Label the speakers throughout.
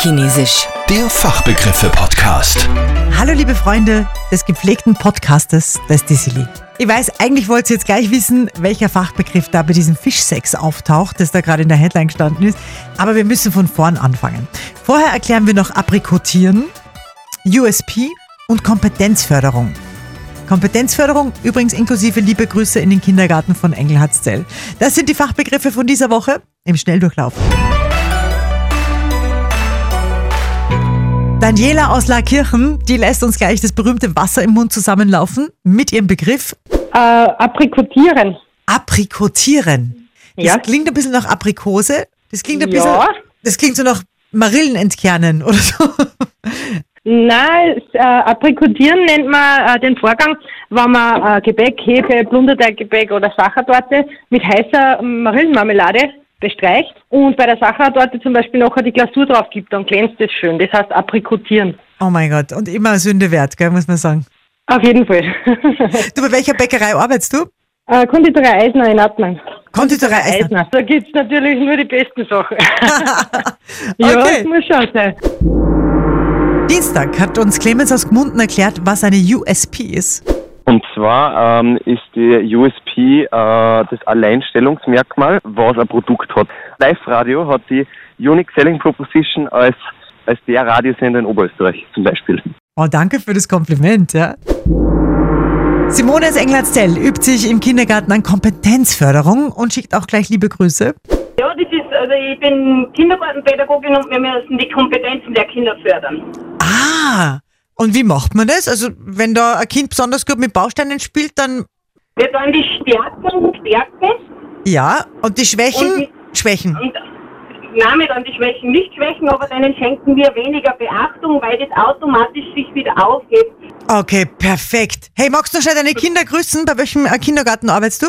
Speaker 1: Chinesisch.
Speaker 2: Der Fachbegriffe-Podcast.
Speaker 3: Hallo liebe Freunde des gepflegten Podcastes des Disili. Ich weiß, eigentlich wollt ihr jetzt gleich wissen, welcher Fachbegriff da bei diesem Fischsex auftaucht, das da gerade in der Headline gestanden ist. Aber wir müssen von vorn anfangen. Vorher erklären wir noch Aprikotieren, USP und Kompetenzförderung. Kompetenzförderung, übrigens inklusive liebe Grüße in den Kindergarten von Engelhardzell. Das sind die Fachbegriffe von dieser Woche im Schnelldurchlauf. Daniela aus Laakirchen, die lässt uns gleich das berühmte Wasser im Mund zusammenlaufen mit ihrem Begriff
Speaker 4: Äh, aprikotieren.
Speaker 3: Aprikotieren. Das
Speaker 4: Ja.
Speaker 3: klingt ein bisschen nach Aprikose. Das klingt ein bisschen.
Speaker 4: Ja.
Speaker 3: Das klingt so nach Marillen entkernen oder so.
Speaker 4: Nein, es, äh, aprikotieren nennt man äh, den Vorgang, wenn man äh, Gebäck, Hefe, Blunderteiggebäck oder Sachertorte mit heißer Marillenmarmelade bestreicht und bei der Sachertorte zum Beispiel nachher die Glasur drauf gibt, dann glänzt es schön. Das heißt aprikotieren.
Speaker 3: Oh mein Gott. Und immer Sünde wert, gell, muss man sagen.
Speaker 4: Auf jeden Fall.
Speaker 3: Du, bei welcher Bäckerei arbeitest du?
Speaker 4: äh, Konditorei Eisner in Atmen.
Speaker 3: Konditorei Eisner.
Speaker 4: Eisner. Da gibt's natürlich nur die besten Sachen. Ja, das
Speaker 3: Okay.
Speaker 4: muss schon sein.
Speaker 3: Dienstag hat uns Clemens aus Gmunden erklärt, was eine USP ist.
Speaker 5: Und zwar ähm, ist die USP äh, das Alleinstellungsmerkmal, was ein Produkt hat. Live Radio hat die Unique Selling Proposition als, als der Radiosender in Oberösterreich zum Beispiel.
Speaker 3: Oh, danke für das Kompliment, ja. Simone aus Englandzell übt sich im Kindergarten an Kompetenzförderung und schickt auch gleich liebe Grüße.
Speaker 6: Ja, das ist, also ich bin Kindergartenpädagogin und wir müssen die Kompetenzen der Kinder fördern.
Speaker 3: Ah, und wie macht man das? Also, wenn da ein Kind besonders gut mit Bausteinen spielt, dann
Speaker 6: Wir sollen die Stärken stärken
Speaker 3: ja, und die Schwächen
Speaker 6: Und
Speaker 3: schwächen.
Speaker 6: und nein, wir sollen die Schwächen nicht schwächen, aber denen schenken wir weniger Beachtung, weil das automatisch sich wieder aufhebt.
Speaker 3: Okay, perfekt. Hey, magst du noch schnell deine Kinder grüßen? Bei welchem äh, Kindergarten arbeitest du?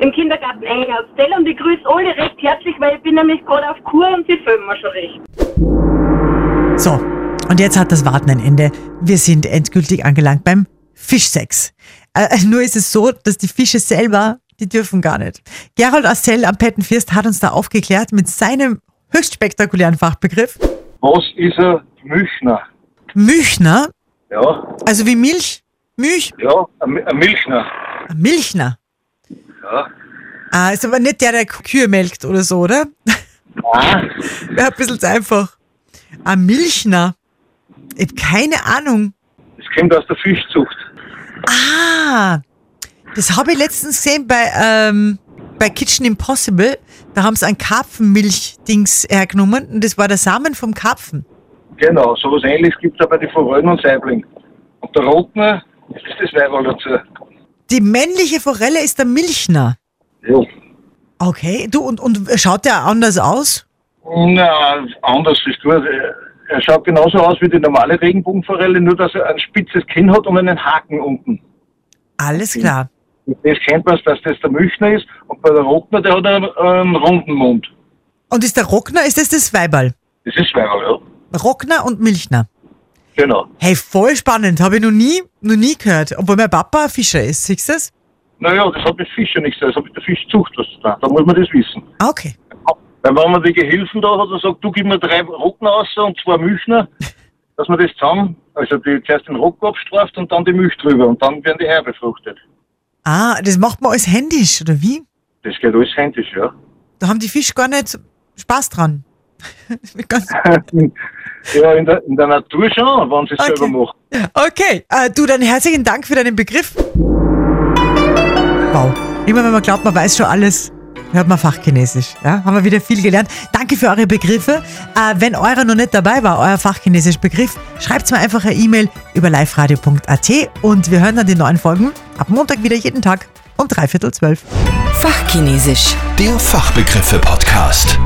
Speaker 6: Im Kindergarten Engelhardt und ich grüße alle recht herzlich, weil ich bin nämlich gerade auf Kur und sie filmen mir schon recht.
Speaker 3: So, und jetzt hat das Warten ein Ende. Wir sind endgültig angelangt beim Fischsex. Äh, nur ist es so, dass die Fische selber, die dürfen gar nicht. Gerald Assell am Pettenfirst hat uns da aufgeklärt mit seinem höchst spektakulären Fachbegriff
Speaker 7: Was ist ein Milchner?
Speaker 3: Milchner,
Speaker 7: Ja,
Speaker 3: also wie Milch, Milch, Ah,
Speaker 7: ja, ein Mi- ein Milchner.
Speaker 3: Milchner.
Speaker 7: Ja.
Speaker 3: Ah, ist aber nicht der, der Kühe melkt oder so, oder?
Speaker 7: Nein,
Speaker 3: Wäre ein bisschen zu einfach. Ein Milchner. Ich habe keine Ahnung.
Speaker 7: das kommt aus der Fischzucht.
Speaker 3: Ah, das habe ich letztens gesehen bei, ähm, bei Kitchen Impossible. Da haben sie ein Karpfenmilch-Dings hergenommen und das war der Samen vom Karpfen.
Speaker 7: Genau, sowas ähnliches gibt es auch bei den Forellen und Saiblingen. Und der Rotner das ist das Weiberl dazu.
Speaker 3: Die männliche Forelle ist der Milchner.
Speaker 7: Ja.
Speaker 3: Okay, du, und, und schaut der anders aus?
Speaker 7: Na, äh, anders ist gut. Er schaut genauso aus wie die normale Regenbogenforelle, nur dass er ein spitzes Kinn hat und einen Haken unten.
Speaker 3: Alles klar.
Speaker 7: Und das kennt man, dass das der Milchner ist. Und bei der Rotner, der hat einen, einen runden Mund.
Speaker 3: Und ist der Rockner, ist das das Weiberl?
Speaker 7: Das ist Weiberl, ja.
Speaker 3: Rockner und Milchner.
Speaker 7: Genau.
Speaker 3: Hey, voll spannend, habe ich noch nie, noch nie gehört. Obwohl mein Papa ein Fischer ist, siehst du das?
Speaker 7: Naja, das hat mit Fischen nichts, das hat mit der Fischzucht was zu tun. Da muss man das wissen.
Speaker 3: Ah, okay.
Speaker 7: Weil wenn man die Gehilfen da hat und sagt, du gib mir drei Rocken aus und zwei Milchner, dass man das zusammen, also die, zuerst den Rock abstraft und dann die Milch drüber und dann werden die Eier befruchtet.
Speaker 3: Ah, das macht man alles händisch, oder wie?
Speaker 7: Das geht alles händisch, ja.
Speaker 3: Da haben die Fische gar nicht Spaß dran. Ganz-
Speaker 7: ja, in der, in der Natur schon, wenn sie es
Speaker 3: Okay.
Speaker 7: selber macht.
Speaker 3: okay, äh, du, dann herzlichen Dank für deinen Begriff. Wow, immer wenn man glaubt, man weiß schon alles, hört man Fachchinesisch. Ja? Haben wir wieder viel gelernt. Danke für eure Begriffe. Äh, wenn eurer noch nicht dabei war, euer Fachchinesisch-Begriff, schreibt mir einfach eine E-Mail über liveradio.at und wir hören dann die neuen Folgen ab Montag wieder jeden Tag um dreiviertel zwölf.
Speaker 1: Fachchinesisch.
Speaker 2: Der Fachbegriffe-Podcast.